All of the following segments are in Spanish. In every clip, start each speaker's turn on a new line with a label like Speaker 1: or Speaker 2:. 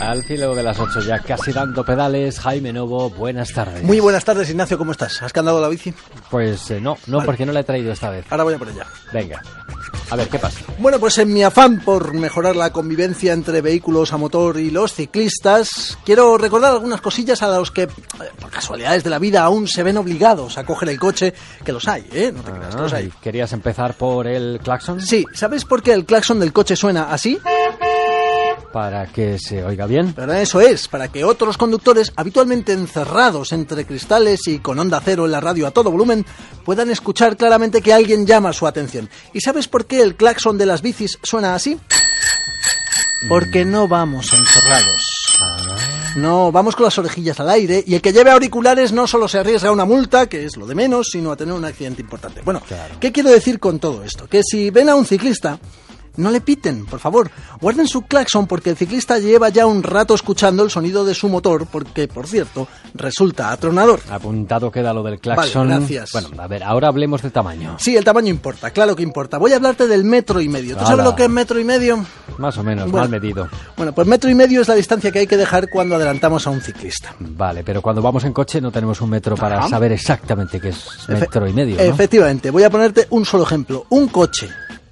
Speaker 1: Al filo de las 8 ya casi dando pedales, Jaime Novo, buenas tardes.
Speaker 2: Muy buenas tardes, Ignacio, ¿cómo estás? ¿Has andado la bici?
Speaker 1: Pues eh, no, no,
Speaker 2: Vale.
Speaker 1: porque no la he traído esta vez.
Speaker 2: Ahora voy a por ella.
Speaker 1: Venga, a ver, ¿qué pasa?
Speaker 2: Bueno, pues en mi afán por mejorar la convivencia entre vehículos a motor y los ciclistas, quiero recordar algunas cosillas a los que, eh, por casualidades de la vida, aún se ven obligados a coger el coche, que los hay, ¿eh? No te creas, que los
Speaker 1: Ah,
Speaker 2: hay.
Speaker 1: ¿y ¿Querías empezar por el claxon?
Speaker 2: Sí, ¿sabes por qué el claxon del coche suena así?
Speaker 1: Para que se oiga bien.
Speaker 2: Pero eso es, para que otros conductores, habitualmente encerrados entre cristales y con onda cero en la radio a todo volumen, puedan escuchar claramente que alguien llama su atención. ¿Y sabes por qué el claxon de las bicis suena así? Porque no vamos encerrados. No, vamos con las orejillas al aire y el que lleve auriculares no solo se arriesga a una multa, que es lo de menos, sino a tener un accidente importante. Bueno,
Speaker 1: Claro.
Speaker 2: ¿qué quiero decir con todo esto? Que si ven a un ciclista, no le piten, por favor. Guarden su claxon porque el ciclista lleva ya un rato escuchando el sonido de su motor, porque, por cierto, resulta atronador.
Speaker 1: Apuntado queda lo del claxon.
Speaker 2: Vale, gracias.
Speaker 1: Bueno, a ver, ahora hablemos de tamaño.
Speaker 2: Sí, el tamaño importa, claro que importa. Voy a hablarte del metro y medio. ¿Tú sabes
Speaker 1: Hala.
Speaker 2: lo que es metro y medio?
Speaker 1: Más o menos,
Speaker 2: Bueno.
Speaker 1: mal medido.
Speaker 2: Bueno, pues metro y medio es la distancia que hay que dejar cuando adelantamos a un ciclista.
Speaker 1: Vale, pero cuando vamos en coche no tenemos un metro para
Speaker 2: Ajá.
Speaker 1: saber exactamente qué es
Speaker 2: Efe-
Speaker 1: metro y medio. ¿no?
Speaker 2: Efectivamente, voy a ponerte un solo ejemplo. Un coche.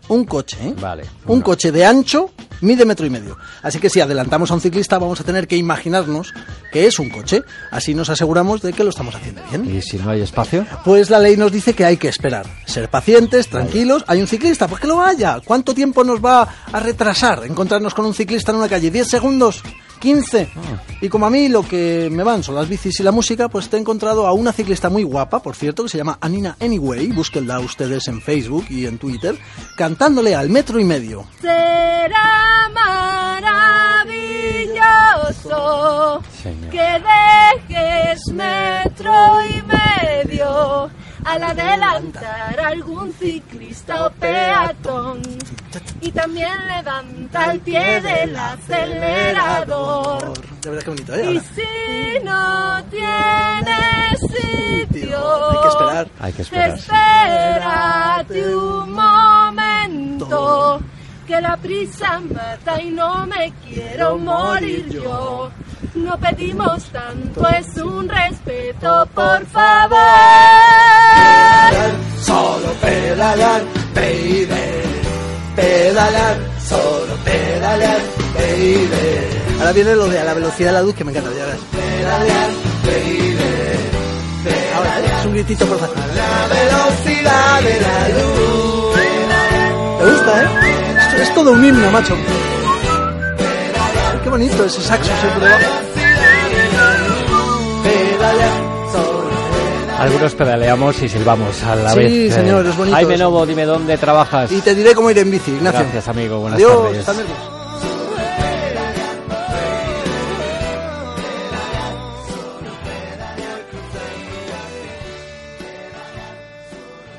Speaker 2: Un coche, ¿eh?
Speaker 1: Vale, pues
Speaker 2: Un
Speaker 1: uno.
Speaker 2: coche de ancho mide metro y medio. Así que si adelantamos a un ciclista vamos a tener que imaginarnos que es un coche. Así nos aseguramos de que lo estamos haciendo bien.
Speaker 1: ¿Y si no hay espacio?
Speaker 2: Pues la ley nos dice que hay que esperar. Ser pacientes, tranquilos. Hay un ciclista, pues que lo haya. ¿Cuánto tiempo nos va a retrasar encontrarnos con un ciclista en una calle? ¿10 segundos? ¿15? Y como a mí lo que me van son las bicis y la música, pues te he encontrado a una ciclista muy guapa, por cierto, que se llama Anina Anyway. Búsquenla ustedes en Facebook y en Twitter, cantándole al metro y medio.
Speaker 3: Será maravilloso
Speaker 1: Señor.
Speaker 3: que dejes metro y medio al adelantar a algún ciclista o peatón y también levanta el pie del acelerador.
Speaker 2: De verdad que bonito, ¿eh?
Speaker 3: Y
Speaker 2: Ahora.
Speaker 3: si no tienes sitio,
Speaker 2: Hay que esperar.
Speaker 1: Hay que esperar.
Speaker 3: Espérate un momento, que la prisa mata y no me quiero morir yo. No pedimos tanto, es un respeto, por favor.
Speaker 2: solo pedalar, baby. Pedalar, solo pedalar, baby. Ahora viene lo de a la velocidad de la luz que me encanta, ya verás. Pedalar, baby. Ahora, es un gritito por favor. La velocidad de la luz. ¿Te gusta, eh? Esto es todo un himno, macho. Qué bonito ese saxo siempre. Pedalar, solo
Speaker 1: Algunos pedaleamos y silbamos a la
Speaker 2: Sí,
Speaker 1: vez. eh.
Speaker 2: señor, es bonito
Speaker 1: Jaime
Speaker 2: eso.
Speaker 1: Novo, dime dónde trabajas.
Speaker 2: Y te diré cómo ir en bici, Ignacio.
Speaker 1: Gracias, amigo. Buenas
Speaker 2: Adiós,
Speaker 1: tardes.
Speaker 2: hasta el miércoles.